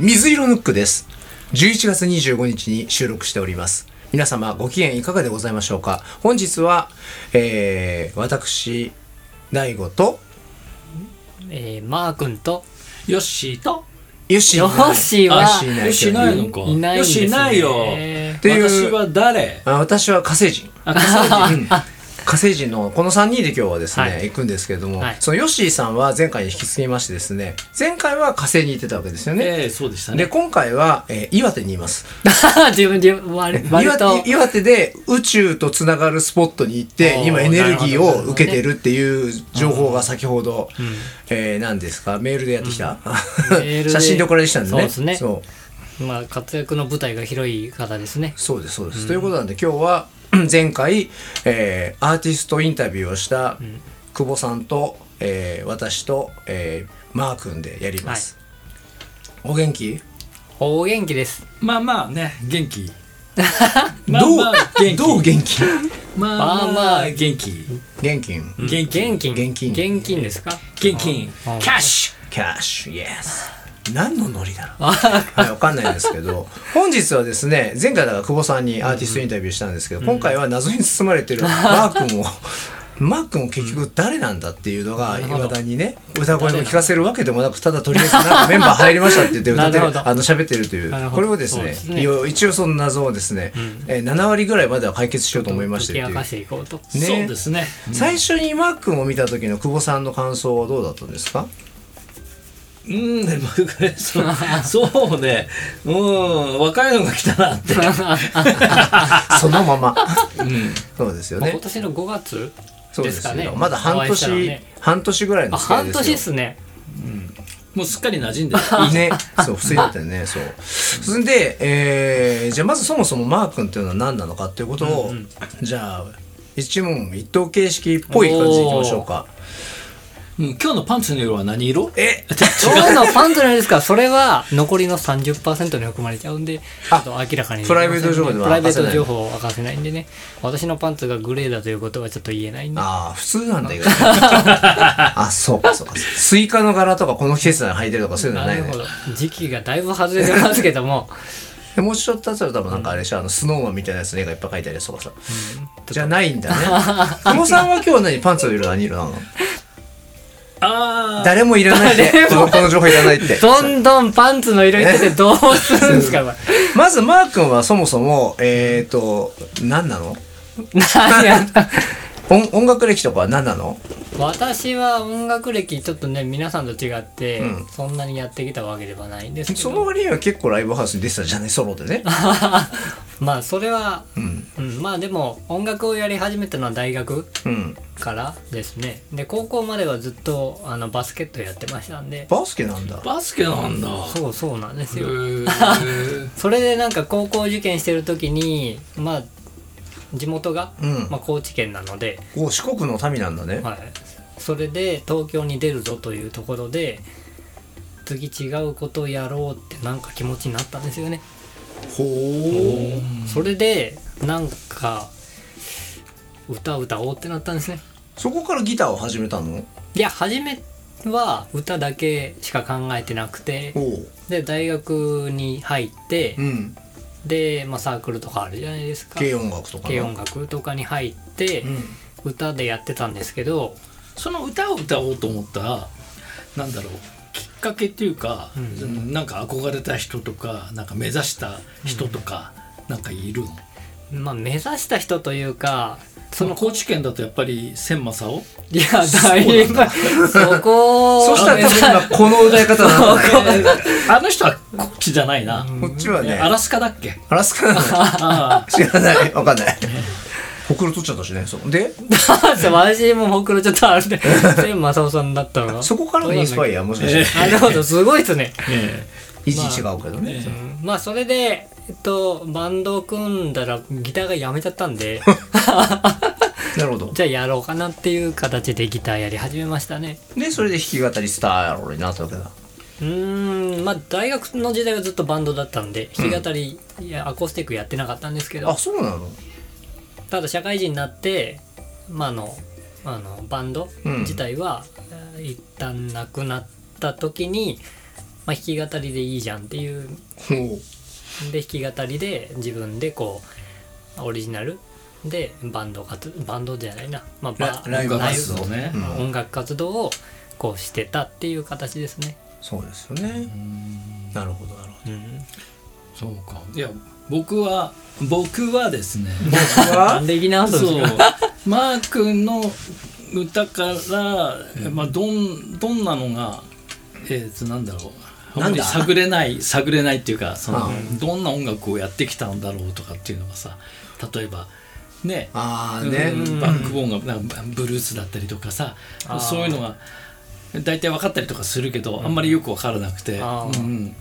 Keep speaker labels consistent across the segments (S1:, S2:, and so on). S1: 水色ムックです11月25日に収録しております皆様ご機嫌いかがでございましょうか本日は、えー、私大悟と
S2: えー、マー君と
S3: ヨッシーと
S1: ヨッシー
S2: ヨッシーは
S1: ヨ
S3: ヨ
S1: ッ
S3: ッ
S1: シ
S3: シ
S1: ーい
S3: ーな
S1: ないい
S3: のか
S2: いないん
S3: ヨ
S2: で
S3: ッ
S2: す
S3: シ
S2: ね
S3: ーないよ
S1: ていう
S3: 私は誰
S1: あ私は火星人
S3: あカサジ
S1: 火星人のこの3人で今日はですね、
S2: はい
S1: 行くんですけども、
S2: はい
S1: そのヨッシーさんは前回に引き継ぎましてですね前回は火星に行ってたわけですよね、
S3: ええそうでした
S1: で
S3: ね
S1: 今回は、えー岩手にいます
S2: 自分で 割る割
S1: 岩
S2: ると
S1: 手岩手で宇宙とつながるスポットに行って
S3: あー
S1: 今エネルギー
S3: なるほ
S1: を
S3: どね
S1: 受けてるっていう情報が先ほど、えー何ですかメールでやってきた、
S2: メールで
S1: 写真で送られてきたんでね
S2: そうですね
S1: そう
S2: まあ活躍の舞台が広い方ですね
S1: そうですそうです、ということなんで今日は前回、えーアーティストインタビューをした久保さんと、えー私と、えーマー君でやります、お元気
S2: お元気です
S3: まあまあね元気まあ
S1: どう
S3: まあ元気
S1: どう元気
S2: ま
S3: ま
S2: あ
S3: あ
S2: ま
S3: ま
S2: あ
S3: あ元気
S1: 元気
S3: 元
S2: 現
S3: 気
S2: 金
S1: 現金
S2: 現金ですか
S3: 現金キ
S2: あ
S3: ャ
S2: あ
S3: ッシ
S1: キャッシュイエス何のノリだろう はい、わかんないですけど本日はですね前回だから久保さんにアーティストインタビューしたんですけど、今回は謎に包ま れてるマー君をマー君を結局誰なんだっていうのがい
S2: るほど
S1: まだにね歌声も聞かせるわけでもなくただとりあえずなんかメンバー入りましたって言って歌ってる
S2: なるほど
S1: あの喋ってると
S2: な
S1: い
S2: る
S1: う
S2: ほど
S1: これをです
S2: そうで
S1: ね
S2: すね
S1: いや一応その謎をですね、えー7割ぐらいまでは解決しようと思いましてって
S2: 解き明
S1: いう
S2: かしていこうと
S3: ュ
S1: ね
S3: そうですね
S1: 最初にマー君を見た時の久保さんの感想はどうだったんですか
S3: うんでもそうそうねうん若いのが来たなって
S1: その ままそうですよ
S2: まあ
S1: ね
S2: 今年の5月
S1: そう
S2: ですかね
S1: よまだ半
S2: お会いした
S1: 年、
S2: のはね
S1: 半年ぐらいの
S2: あ
S1: 付き合い
S2: 半
S1: ですよ
S2: 年ですね
S3: もうすっかり馴染んで
S1: ね、
S3: る
S1: そう普通だったよねそうそんで、えーじゃあまずそもそもマー君っていうのは何なのかっていうことを、じゃあ一問一答形式っぽい感じでいきましょうか
S3: うん今日のパンツの色は何色
S1: え
S2: 今日のパンツの色ですからそれは残りの30%に含まれちゃうんでちょ
S1: あ
S2: っと明らかにできませんね
S1: プライベート情報では
S2: プライベー
S1: 明かせな
S2: ト
S1: い
S2: 情報を明かせないんでね私のパンツがグレーだということはちょっと言えないんで
S1: ああ普通なんだけどあそうかそうかスイカの柄とかこの季節なら履いてるとかそういうのは
S2: な
S1: ない
S2: る
S1: ね
S2: ほど時期がだいぶ外れてますけども
S1: でもうちょっと経ったら多分なんかあれでしょ、あのスノーマンみたいなやつの絵がいっぱい描いてあるやつとかさ、じゃないん だね久保さんは今日何パンツの色何色なの
S3: ああ
S1: 誰もいらない でこのこの情報いらないって
S2: どんどんパンツの色いっててどうするんですかこれ
S1: まずマー君はそもそもえっ、ー、と何なの
S2: 何やった
S1: 音音楽歴とかは何なの
S2: 私は音楽歴ちょっとね皆さんと違って、
S1: うん
S2: そんなにやってきたわけではないんですけ
S1: その
S2: ど
S1: 割には結構ライブハウスに出てたじゃないソロでね
S2: まあそれは、
S1: うん
S2: うん、まあでも音楽をやり始めたのは大学
S1: うん
S2: からですねで高校まではずっとあのバスケットやってましたんで
S1: バスケなんだ
S3: バスケなんだ
S2: そうそうなんです
S3: へ
S2: よ
S3: ー
S2: それでなんか高校受験してる時にまあ地元が、
S1: うん
S2: まあ、高知県なので、
S1: お四国の民なんだね、
S2: はい、それで東京に出るぞというところで次違うことをやろうってなんか気持ちになったんですよね
S1: ほう
S2: それでなんか歌を歌おうってなったんですね
S1: そこからギターを始めたの
S2: いや初めは歌だけしか考えてなくて
S1: おう
S2: で大学に入って
S1: うん
S2: で、まあ、サークルとかあるじゃないですか
S1: 軽音楽とかな
S2: 軽音楽とかに入って、
S1: うん
S2: 歌でやってたんですけど
S3: その歌を歌おうと思ったなんだろうきっかけっていうか、うんなんか憧れた人とかなんか目指した人とか、なんかいるの
S2: まあ目指した人というか
S3: そ
S2: そ
S3: の
S2: の
S3: 高知県だとやっぱり千正夫
S2: いやだいぶそこ
S1: そ
S2: を
S1: したら多分今この歌い方なんだね
S3: あの人は高知じゃないな、
S1: こっちはね
S3: アラスカだっけ
S1: アラスカなの
S3: あ
S1: 知らないわかんないほくろ取っちゃったしねそうで
S2: 私もほくろちょっとあ るんで千正夫さんだったのが
S1: そこからのインスパイアもしかして
S2: なるほどすごいですね、
S3: あ、え
S1: いちいち違うけどね、
S2: うんまあそれでえっとバンドを組んだらギターがやめちゃったん で
S1: なるほど
S2: じゃあやろうかなっていう形でギターやり始めましたね
S1: でそれで弾き語りスターやろうになったわけだ
S2: うーんまあ大学の時代はずっとバンドだったんで弾き語り、いやアコースティックやってなかったんですけど
S1: あそうなの
S2: ただ社会人になって、まあ、あのあのバンド
S1: うん
S2: 自体は、えー一旦なくなった時にまあ、弾き語りでいいじゃんっていう
S1: ほ
S2: で弾き語りで自分でこうオリジナルでバンド活バンドじゃないな、まあ、バ
S1: ライブ
S2: ラ
S1: 活動
S3: ね
S1: うん
S2: 音楽活動をこうしてたっていう形ですね。
S1: うそうですよねなるほどなるほど
S3: そうかいや僕は僕はですね
S1: 僕
S2: な
S1: は
S2: んでいきな
S3: そう
S2: そう
S3: マー君の歌から、まあ、どんどんなのがえーとなんだろう
S1: なんだ
S3: あまり探れない探れないっていうかその、
S1: う
S3: どんな音楽をやってきたんだろうとかっていうのがさ例えばね
S1: ああ
S3: うん
S1: ね、
S3: バックボーンがなんかブルースだったりとかさ
S2: あー
S3: そういうのが大体分かったりとかするけど、あんまりよく分からなくて、
S2: あー
S3: うん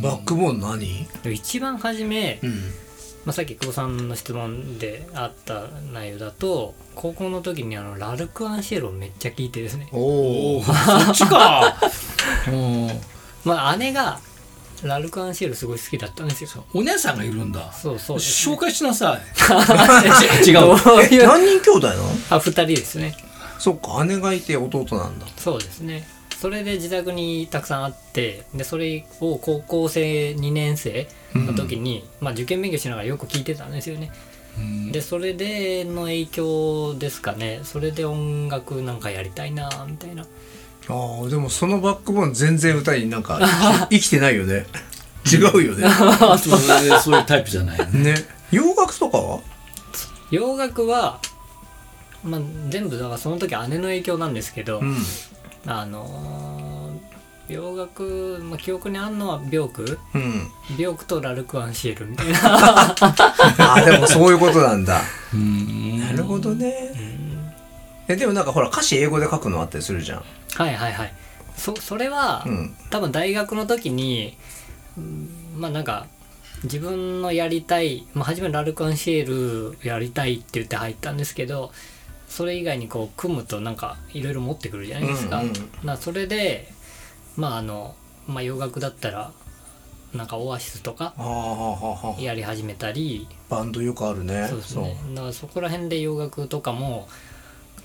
S1: バックボーン何、
S2: 一番初め、
S1: ん、
S2: まあ、さっき久保さんの質問であった内容だと高校の時にあのラルク・アンシェルをめっちゃ聴いてですね、
S1: おお
S3: そっちか うん
S2: まあ、姉がラルク・アンシェルすごい好きだったんですよ。
S3: お姉さんがいるんだ
S2: そうそうですね、
S3: 紹介しなさ いち違う
S2: どういう
S1: 何人兄弟なの
S2: あ二人ですね
S1: そっか姉がいて弟なんだ
S2: そうですねそれで自宅にたくさんあってでそれを高校生2年生の時に、まあ、受験勉強しながらよく聞いてたんですよね
S3: うん
S2: でそれでの影響ですかねそれで音楽なんかやりたいなみたいな
S1: あーでもそのバックボーン全然歌になんか生き生きてないよ ね違うよね
S3: それでそういうタイプじゃないよね
S1: ね洋楽とかは
S2: 洋楽は、まあ、全部だからその時姉の影響なんですけど、
S1: ん
S2: あのー洋楽、まあ、記憶にあんのはビョーク
S1: うん
S2: ビョークとラルク・アンシエルみたいな
S1: あでもそういうことなんだ
S3: うん
S1: なるほどねえでもなんかほら歌詞英語で書くのあったりするじゃん
S2: はいはいはいそそれは、
S1: うん
S2: 多分大学の時にうんまあなんか自分のやりたい、まあ、初めラルカンシエルやりたいって言って入ったんですけどそれ以外にこう組むとなんかいろいろ持ってくるじゃないですか,、
S1: うんうん
S2: なそれでまああの、まあ、洋楽だったらなんかオアシスとか
S1: あーはーはーはー
S2: やり始めたり
S1: バンドよくあるね
S2: そうですねだからそこら辺で洋楽とかも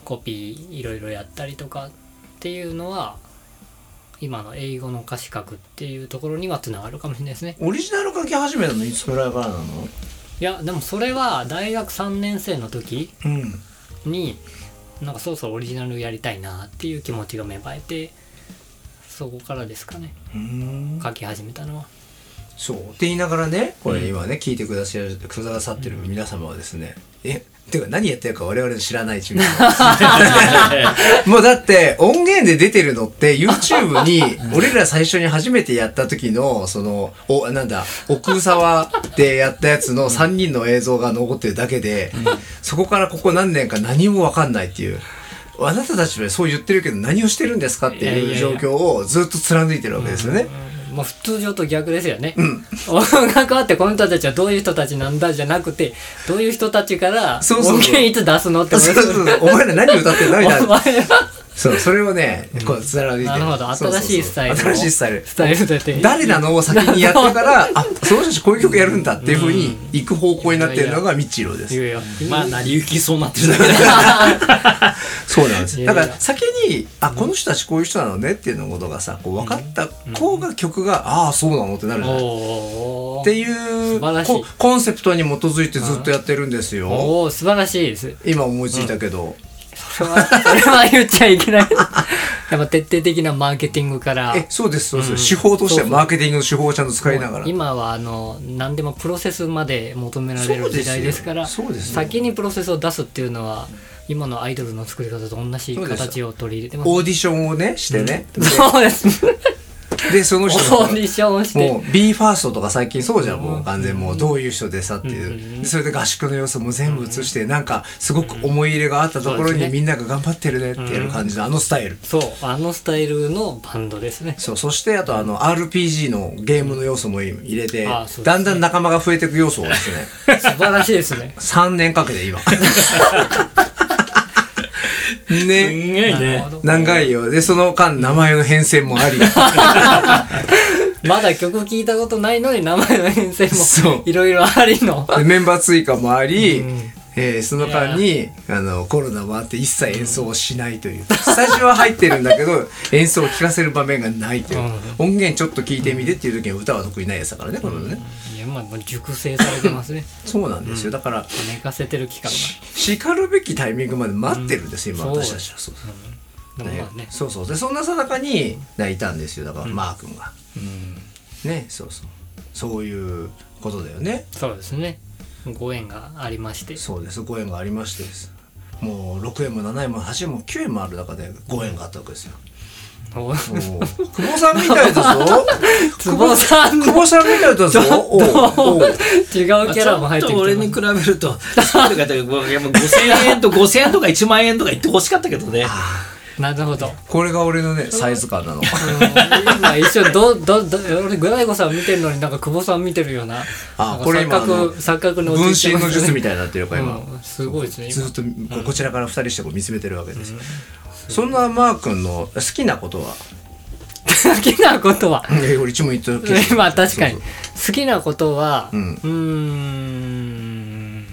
S2: コピーいろいろやったりとかっていうのは今の英語の歌詞書くっていうところにはつながるかもしれないですね
S1: そうオリジナル書き始めたのいつぐらいからなの
S2: いやでもそれは大学3年生の時
S1: うん
S2: になんかそろそろオリジナルやりたいなっていう気持ちが芽生えてそこからですかね
S1: うん
S2: 書き始めたのは
S1: そうって言いながらねこれ今ね、聞いてくださるくださってる皆様はですね、えてか何やってるか我々の知らないうちに もうだって音源で出てるのって YouTube に俺ら最初に初めてやった時のそのおなんだ奥沢でやったやつの3人の映像が残ってるだけで、そこからここ何年か何も分かんないっていう。あなたたちはそう言ってるけど何をしてるんですかって
S2: いやい
S1: い
S2: や
S1: う
S2: い
S1: 状
S2: や
S1: 況をずっと貫いてるわけですよね。
S2: まあ普通常と逆ですよね、 音楽あってこの人たちはどういう人たちなんだじゃなくてどういう人たちから
S1: そう
S2: 音
S1: そうそう
S2: 源いつ出すのって
S1: そうそうそう。お前ら何歌ってんのみた い
S2: お
S1: な。
S2: 前は
S1: そう、それをね、こう、つながて。
S2: なるほど
S1: そうそうそう
S2: 新しいスタイルを
S1: 新しいスタイル。
S2: スタイルだって
S1: 誰なのを先にやってから、あ、その人たちこういう曲やるんだっていうふうに行く方向になってるのがミッチーローで
S2: 言
S1: す。
S2: うよ、
S3: まあ成り行きそうになってるだけだ
S1: そうなんです。
S2: い
S1: だ
S2: やい
S1: か
S2: や
S1: ら先に、あ、この人たちこういう人なのねっていうのことがさ、こう分かった子が曲が、ああ、そうなのってなるじゃない
S2: おお
S1: ってい
S2: 素
S1: う
S2: 晴らしい
S1: こコンセプトに基づいてずっとやってるんですよ。
S2: おお素晴らしいです
S1: 今思いついたけど。
S2: それはそれは言っちゃいけないやっぱ徹底的なマーケティングから
S1: え、そうです、そうです。手法としてはマーケティングの手法をちゃんと使いながら。
S2: 今はあの何でもプロセスまで求められ
S1: そう
S2: る
S1: ですよ
S2: 時代ですから
S1: そうですよ
S2: 先にプロセスを出すっていうのは今のアイドルの作り方と同じ
S1: そうです
S2: 形を取り入れてます
S1: オーディションをね、してね。
S2: そうですね
S1: で、その人
S2: オーディションをして
S1: もう b ファーストとか最近そうじゃんもう完全にもうどういう人でさっていう、でそれで合宿の様子も全部映してなんかすごく思い入れがあったとこ
S2: そ
S1: ろ
S2: うです
S1: に
S2: ね
S1: みんなが頑張ってるねっていう感じのあのスタイル、
S2: そうあのスタイルのバンドですね
S1: そうそしてあとあの RPG のゲームの要素も入れて、
S2: あそうですね
S1: だんだん仲間が増えていく要素をです ね
S2: 素晴らしいですね
S1: 3年か けて今
S3: す
S1: ね
S3: んげえ
S2: なる
S3: ね
S2: ほど
S1: 長いよでその間名前の変遷もあり
S2: まだ曲聞いたことないのに名前の編成
S1: そう
S2: もいろいろありの
S1: でメンバー追加もあり、えーその間にあのコロナもあって一切演奏をしないというスタジオは入ってるんだけど演奏を聴かせる場面がないという、音源ちょっと聞いてみてっていう時は歌は得意ないやつだからねこれね、
S2: いやまあもう熟成されてますね
S1: そうなんですよ、だから
S2: 寝かせてる期間
S1: しかるべきタイミングまで待ってるんです、今
S2: そう
S1: 私たちはそう
S2: がでもまあ
S1: ね
S2: ね
S1: そうそうでそんなさなかに泣いたんですよだから、マー君がねそうそうそういうことだよね
S2: そうですねご縁がありまして
S1: そうですご縁がありましてですもう6円も7円も8円も9円もある中で5円があったわけですよ
S2: お
S1: おう久保さんみたいだ ぞ
S2: 久保さんの
S1: 久保さんみたいだぞおうおう
S2: 違うキャラも入って
S3: ち
S2: き
S3: ょ
S2: て
S3: っと俺に
S2: ま
S3: 比べると、そういう方がもういやもう5000円と5000円とか1万円とか言ってほしかったけどね。
S2: すなるほど
S1: これが俺のねサイズ感な
S2: う
S1: の
S2: ん今一瞬どどど俺グライゴさん見てるのになんか久保さん見てるような
S1: あ
S2: なんか
S1: これ今
S2: 錯覚
S1: あの
S2: 錯覚に
S1: 分
S2: 陥ってま
S1: 身の
S2: すね
S1: 術みたいになってるから
S2: う
S1: 今、
S2: んすごいですね今
S1: ずっとここちらから2人してこう見つめてるわけですよ、そんなマー君の好きなことは
S2: 好きなこと は
S1: え俺一問一答聞 いてる
S2: まあ確かに
S1: そう
S2: 好きなことはう
S1: う
S2: ー
S1: ん
S2: んん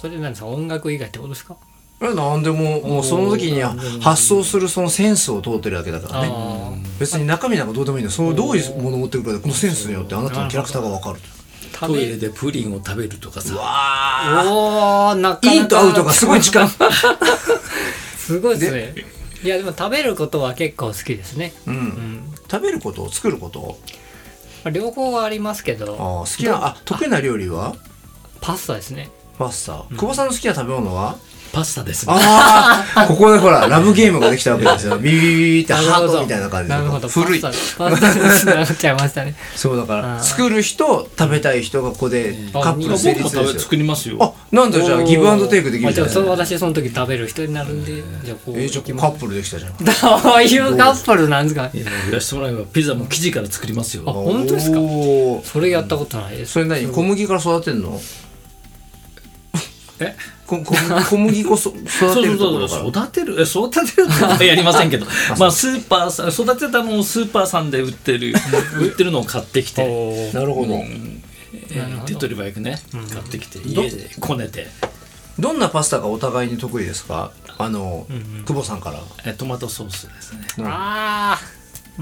S2: それなんですか音楽以外ってことですか
S1: そうえなんでももうその時には発想するそのセンスを通ってるだけだからね
S2: あ
S1: 別に中身なんかどうでもいいんだよそのどういうものを持ってるかでこのセンスによってあなたのキャラクターが分かる
S2: あ食
S3: トイ
S2: べ
S3: レでプリンを食べるとかさ。
S1: わ
S2: おーなかなか
S1: インとアウトがすごい時間
S2: すごいですねいやでも食べることは結構好きですね
S1: う
S2: うんん
S1: 食べること作ること
S2: まあ両方はありますけ
S1: あー
S2: ど
S1: 好きなあ得意な料理は
S2: パスタですね
S1: パスタ久保さんの好きな食べ物は
S3: パスタですね。
S1: ああ、ここでほら、ラブゲームができたわけです よ。ビビビビってハートみたいな感じで。
S2: なるほど
S1: 古い。
S2: パスタパスタにつながっちゃいましたね
S1: そうだか
S2: あー
S1: ら、作る人、食べたい人がここでカップ
S3: 僕
S1: ル
S3: も
S1: 成立
S3: 食
S1: で
S3: べ
S1: すよ。
S3: 作りますよ。
S1: あ、なんだじゃあギブアンドテイクでき
S2: まあ
S1: る
S2: じ
S1: じゃ
S2: ゃあ
S1: ない
S2: その私その時食べる人になるんでじゃあこう
S1: えー、じゃ
S2: 行き
S1: あ
S2: ま
S1: カ
S2: す
S1: ップルできたじゃ
S2: ど
S1: ん。
S2: ういうカップルなんですか
S3: いやもう言わせてもらえばピザも生地から作りますよ。
S2: 本当ですか
S1: おー
S2: それやったことないです
S1: それ何小麦から育てんの
S3: え
S1: ここ小麦粉そ育
S3: そ
S1: て
S3: うそう
S1: るところか
S3: そう
S1: ら。
S3: 育てるえ育てるとはやりませんけど まあスーパーさん育てたのをスーパーさんで売ってる売ってるのを買ってきて、
S1: なるほど。
S3: え
S2: なる
S3: ー
S2: ほど
S3: 手っ取り早くね買ってきて家でこねて
S1: どんなパスタがお互いに得意ですかあの、久保さんから。
S3: えトマトソースですね
S2: ああ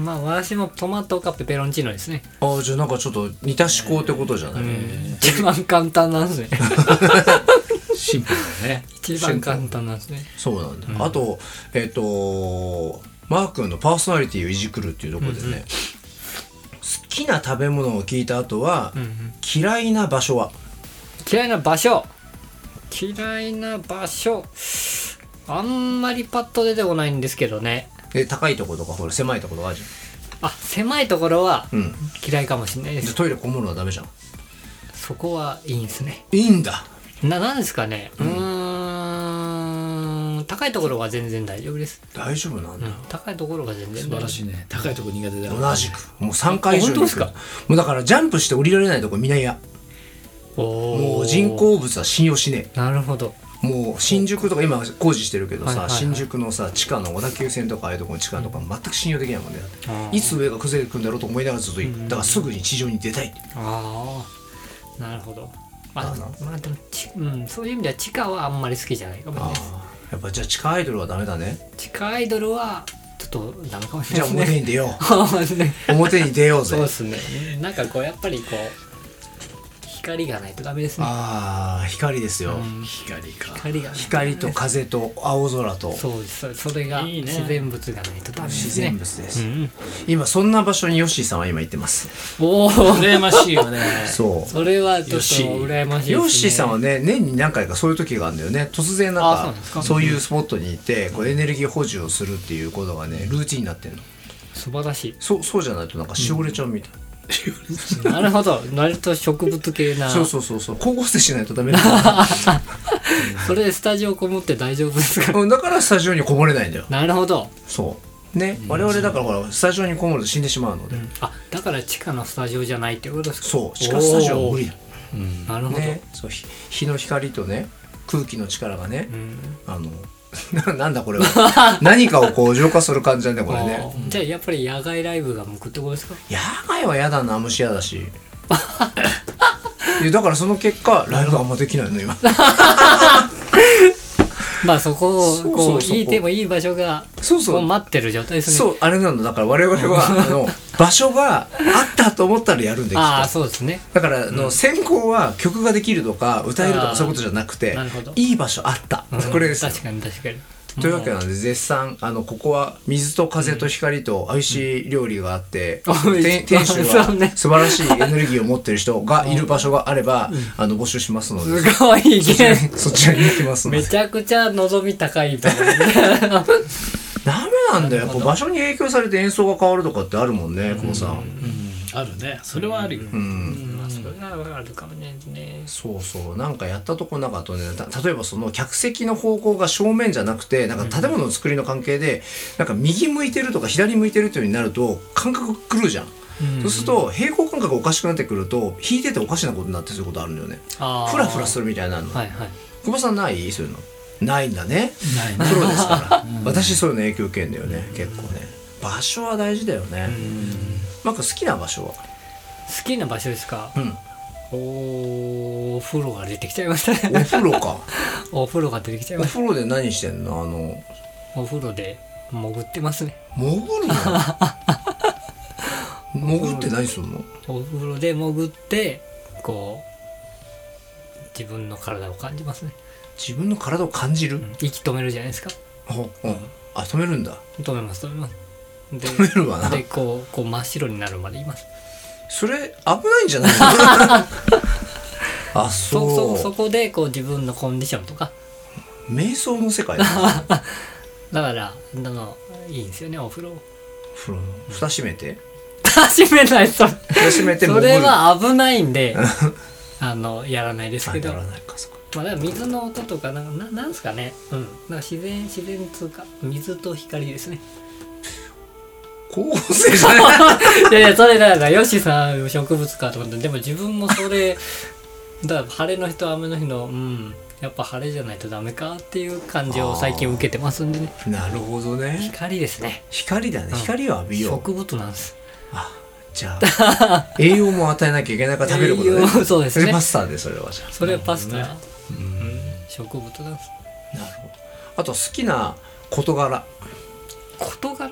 S2: まあ私もトマトかペペロンチーノですね
S1: ああ、じゃあなんかちょっと似た思考ってことじゃない
S2: 一番簡単なんですね
S3: シンプルだね
S2: 一番簡単なんですね
S1: そうなんだ、あとえっ、とマー君のパーソナリティをいじくるっていうところでね、好きな食べ物を聞いた後は、嫌いな場所は
S2: 嫌いな場所嫌いな場所あんまりパッと出てこないんですけどね
S1: で高いとことかほら狭いところがあるじゃ
S2: あ狭いところは
S1: ん、うん、
S2: 嫌いかもしれないで
S1: ですトイレこもるのはダメじゃん
S2: そこはいいんですね
S1: いいんだ
S2: ななんですかねうーん高いところは全然大丈夫です、
S1: 大丈夫なん
S2: う
S1: だ、
S2: ん、高いところが全然
S3: 素晴らしいね高いとこ苦手だよ
S1: 同じくもう3回以上
S2: あ本当ですか
S1: 行くもうだからジャンプして降りられないとこみんな嫌も
S2: も
S1: う人工物は信用しね
S2: なるほど
S1: えもう新宿とか今工事してるけどさ、
S2: はいはいはい
S1: 新宿のさ地下の小田急線とかああいうとこの地下とか全く信用できないもんねだって
S2: あー
S1: いつ上が崩れてくんだろうと思いながらずっと行くだからすぐに地上に出たい
S2: ああなるほどまあ
S1: あな
S2: まあでもち、うん、そういう意味では地下はあんまり好きじゃないかもしれないです
S1: やっぱじゃあ地下アイドルはダメだね
S2: 地下アイドルはちょっとダメかもしれ
S1: じゃ
S2: な いです
S1: あ表
S2: ね
S1: に出よ
S2: ね
S1: う表に出ようぜ
S2: そうですねなんかこうやっぱりこう光がないとダメですね
S1: ああ光ですよ、
S2: うん
S3: 光か
S2: 光がない
S1: 光と風と青空と
S2: そうですそれそれが
S3: いいね
S2: 自然物がないとダメです
S1: 自
S2: ね
S1: 然物です、
S2: うん、
S1: 今そんな場所にヨッシーさんは今行ってます
S2: おお
S3: 羨ましいよね
S1: そ
S2: それはちょっと
S3: よし
S2: 羨ましいです、ね、
S1: ヨッシーさんはね年に何回かそういう時があるんだよね突然なん
S2: あそう
S1: か
S2: なんですか
S1: そういうスポットに行ってこうエネルギー補充をするっていうことがねルーティンになってるの
S2: 素晴らしい
S1: そうそうじゃないとなんかしおれちゃうみたいな、
S2: なるほど割と植物系な
S1: そうそうそうそう高校生しないとダメだ、
S2: それでスタジオこもって大丈夫ですか
S1: うん、だからスタジオにこもれないんだよ
S2: なるほど
S1: そうね、我々だからほらスタジオにこもると死んでしまうので、
S2: あだから地下のスタジオじゃないってことですか
S1: そう地下スタジオは無理だ
S3: うん
S2: なるほど、
S1: ねそうひ日の光とね空気の力がね
S2: う、ん
S1: あの ななんだこれは 何かをこう浄化する感じなんだよこれ
S2: あ
S1: ね
S2: ーじゃあやっぱり野外ライブが向くってことですか
S1: 野外は嫌だな虫嫌だしいやだからその結果ライブがあんまできないの今
S2: まあそこを
S1: そう
S2: こ
S1: そううそこ
S2: いい手もいい場所が
S1: そうそう
S2: こ待ってる状態ですね
S1: そうあれなのだから我々はあの場所があったと思ったらやるんでき
S2: ああ
S1: た
S2: そうですね
S1: だからあの先行は曲ができるとか歌えると
S2: あ
S1: か
S2: ー
S1: そういうことじゃなくて
S2: なるほど
S1: いい場所あった
S2: うん
S1: これですよ
S2: 確かに確かに
S1: というわけなんで絶賛あのここは水と風と光と美味しい料理があって、
S2: うん
S1: て店主
S2: そうね
S1: は素晴らしいエネルギーを持ってる人がいる場所があれば、あの募集しますので。
S2: すごい
S1: そちらに そちらに行きますの
S2: め
S1: で
S2: ちゃくちゃ望み高いと思う
S1: ダメなんだよやっぱ場所に影響されて演奏が変わるとかってあるもんね久保さん、
S3: あるねそれはあるよ、
S2: まあそれがあるかもねね
S1: そうそうなんかやったとこなかったねた例えばその客席の方向が正面じゃなくてなんか建物の作りの関係で、なんか右向いてるとか左向いてるっていうようになると感覚狂うじゃん、そうすると平行感覚おかしくなってくると弾いてておかしなことになってすることあるんだよね
S2: あー
S1: フラフラするみたいなの、
S2: はいはい
S1: 久保さんないそういうのないんだね
S3: ない
S1: プロですから、私 そういうの影響受けんだよね結構ね場所は大事だよねなんか好きな場所は
S2: 好きな場所ですか
S1: うん
S2: お風呂が出てきちゃいました
S1: お
S2: ね
S1: 風呂 か
S2: お風呂が出てきちゃい
S1: お
S2: まし
S1: 風呂で何してんのあの
S2: たお風呂で潜ってますね
S1: 潜るの 潜って何するの
S2: お風呂で潜ってこう自分の体を感じますね
S1: 自分の体を感じる、
S2: 息止めるじゃないですか
S1: ほうんあ止めるんだ
S2: 止めます止めますで
S1: 止めるわな
S2: でこうこう真っ白になるまでいます
S1: それ危ないんじゃない のあ
S2: そ
S1: そう
S2: そそこでこう自分のコンディションとか
S1: 瞑想の世界 だな
S2: だからあのいいんですよねお 風呂
S1: お風呂の蓋閉めて
S2: 始めないそれ
S1: 蓋閉めて
S2: そ
S1: 潜る
S2: れは危ないん であのやらないです
S1: あ
S2: けど
S1: やらないかそこ
S2: まあ、だから水の音とかなんかななんですかね、うん、なんか自然自然通か水と光ですね
S1: 高校生じゃない
S2: いやいやそれだからヨシさん植物かと思ってでも自分もそれ だから晴れの日と雨の日のうんやっぱ晴れじゃないとダメかっていう感じを最近受けてますんでね
S1: なるほどね
S2: 光ですね
S1: 光だね
S2: ん
S1: 光を浴びよう
S2: 植物なんです
S1: あじゃあ栄養も与えなきゃいけないから食べること
S2: 栄
S1: ね
S2: 養そうですね
S1: れパスタでそれはじゃあ
S2: それはパスタ、
S3: なる
S2: うん、植物なんです
S1: なるほどあと好きな事柄
S2: 事柄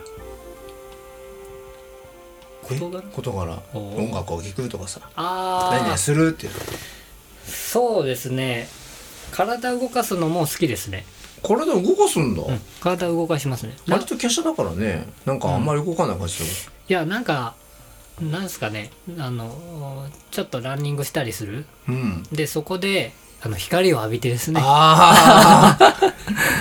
S2: 事柄
S1: え事柄
S2: おー
S1: 音楽を聴くとかさ
S2: あ
S1: 何
S2: あ
S1: 々するっていう
S2: そうですね体動かすのも好きですね、
S1: 体を動かすんだ、
S2: うん、体動かしますねな
S1: 割と華奢だからねなんかあんまり動かない感じだ
S2: い
S1: け
S2: やなんかなんですかねあのちょっとランニングしたりする
S1: どうん
S2: でそこであの光を浴びてですね
S1: ああ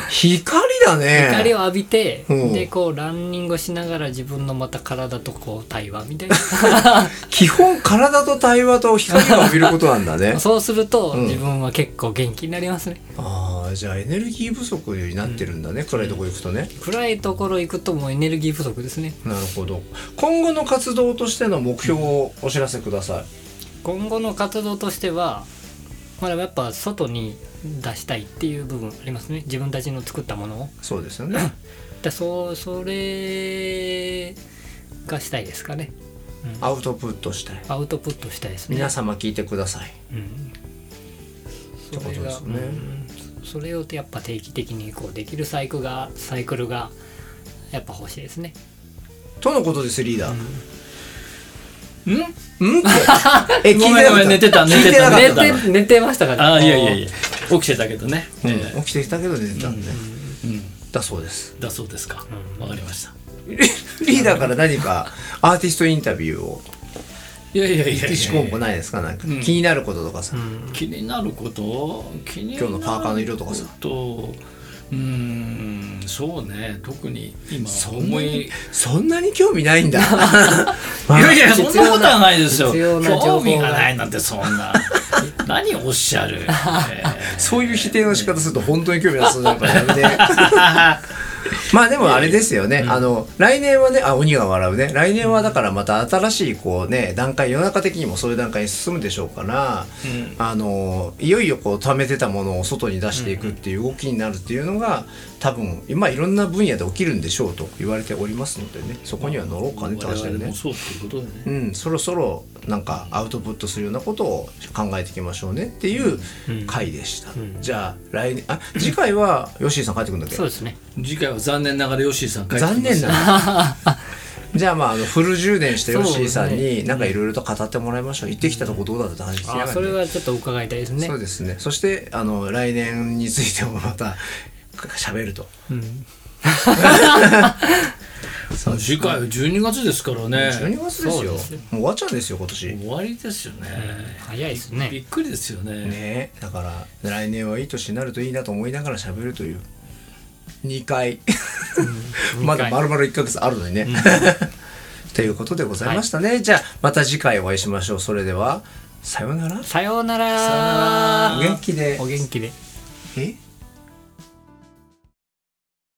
S1: 光だね
S2: 光を浴びて、
S1: うん
S2: でこうランニングしながら自分のまた体とこう対話みたいな
S1: 基本体と対話と光を浴びることなんだ ね
S2: そうすると、
S1: ん
S2: 自分は結構元気になりますね
S1: ああじゃあエネルギー不足になってるんだね、暗いとこ行くとね
S2: 暗いところ行くともうエネルギー不足ですね
S1: なるほど今後の活動としての目標をお知らせください、
S2: 今後の活動としては、まあ、やっぱ外に出したいっていう部分ありますね自分たちの作ったものを
S1: そうですよね
S2: でそうそれがしたいですかね
S1: アウトプットしたい
S2: アウトプットしたいですね
S1: 皆様聞いてください
S2: うんそ
S1: って
S2: れ
S1: ことで
S2: が
S1: すね
S2: うんそれをやっぱ定期的にこうできるサイクルがサイクルがやっぱ欲しいですね
S1: とのことですリーダー、
S3: うん
S1: うんってえ聞いて
S3: ご
S1: な
S3: めん
S1: か
S3: ご
S1: った
S3: めん寝てた
S1: 聞いてなか
S3: 寝
S1: っ
S2: 寝
S1: た
S3: だ
S2: て寝てましたから
S3: ああいやいやいや起きてたけどね、え
S1: うん起きてきたけど寝てたんで、
S3: えうん
S1: だそうです
S3: だそうですかわかりました
S1: リリーダーから何かアーティストインタビューを
S3: いやいやいやい
S1: 一項目
S3: や
S1: ないですかなんか
S3: うん
S1: 気になることとかさ、
S3: 気になること気にな
S1: 今
S3: る
S1: 日のパーカーの色とかさ
S3: とうーんそうね特に今
S1: そん
S3: 思
S1: ないにそんなに興味ないん だ、まあ
S3: いやいや、そんなことはないですよ。
S2: 必要な情報が
S3: 興味がないなんて、そん な。何をおっしゃる。えー
S1: そういう否定の仕方すると本当に興味なさそうだからや めてまあでもあれですよね、あの来年はねあ鬼が笑うね来年はだからまた新しいこうね段階世の中的にもそういう段階に進むでしょうから、
S3: うん
S1: あのいよいよこう貯めてたものを外に出していくっていう動きになるっていうのが多分今いろんな分野で起きるんでしょうと言われておりますのでねそこには乗ろうかねって
S3: 我
S1: 話だよ
S3: 々も
S1: ね。
S3: そうということでね。
S1: うん、そろそろなんかアウトプットするようなことを考えていきましょうねっていう回でした、
S2: ん
S1: じゃあ来年あ次回はヨッシーさん帰ってくるんだっけ
S2: そうですね
S3: 次回は残念ながらヨッシーさん帰ってきます
S1: 残念な がらじゃあまああのフル充電してヨッシーさん
S2: そうで
S1: になんかいろいろと語ってもらいましょう行ってきたとこどうだったって話しなが
S2: あ
S1: らね
S2: それはちょっと伺いたいですね
S1: そうですねそしてあの来年についてもまた喋ると
S2: うん
S1: そう
S3: 次回は12月ですからね
S1: 12月ですよ
S2: そうです
S1: もう終わっちゃうんですよ今年
S3: 終わりですよね、
S2: 早いです
S3: びっ
S2: ね
S3: くりですよね
S1: ねだから来年はいい年になるといいなと思いながら喋るという2回まだ丸々1ヶ月あるのにね、 ということでございましたね、じゃあまた次回お会いしましょうそれではさようなら
S2: さような
S1: お
S2: ら
S1: 元気で
S2: お元気で
S1: え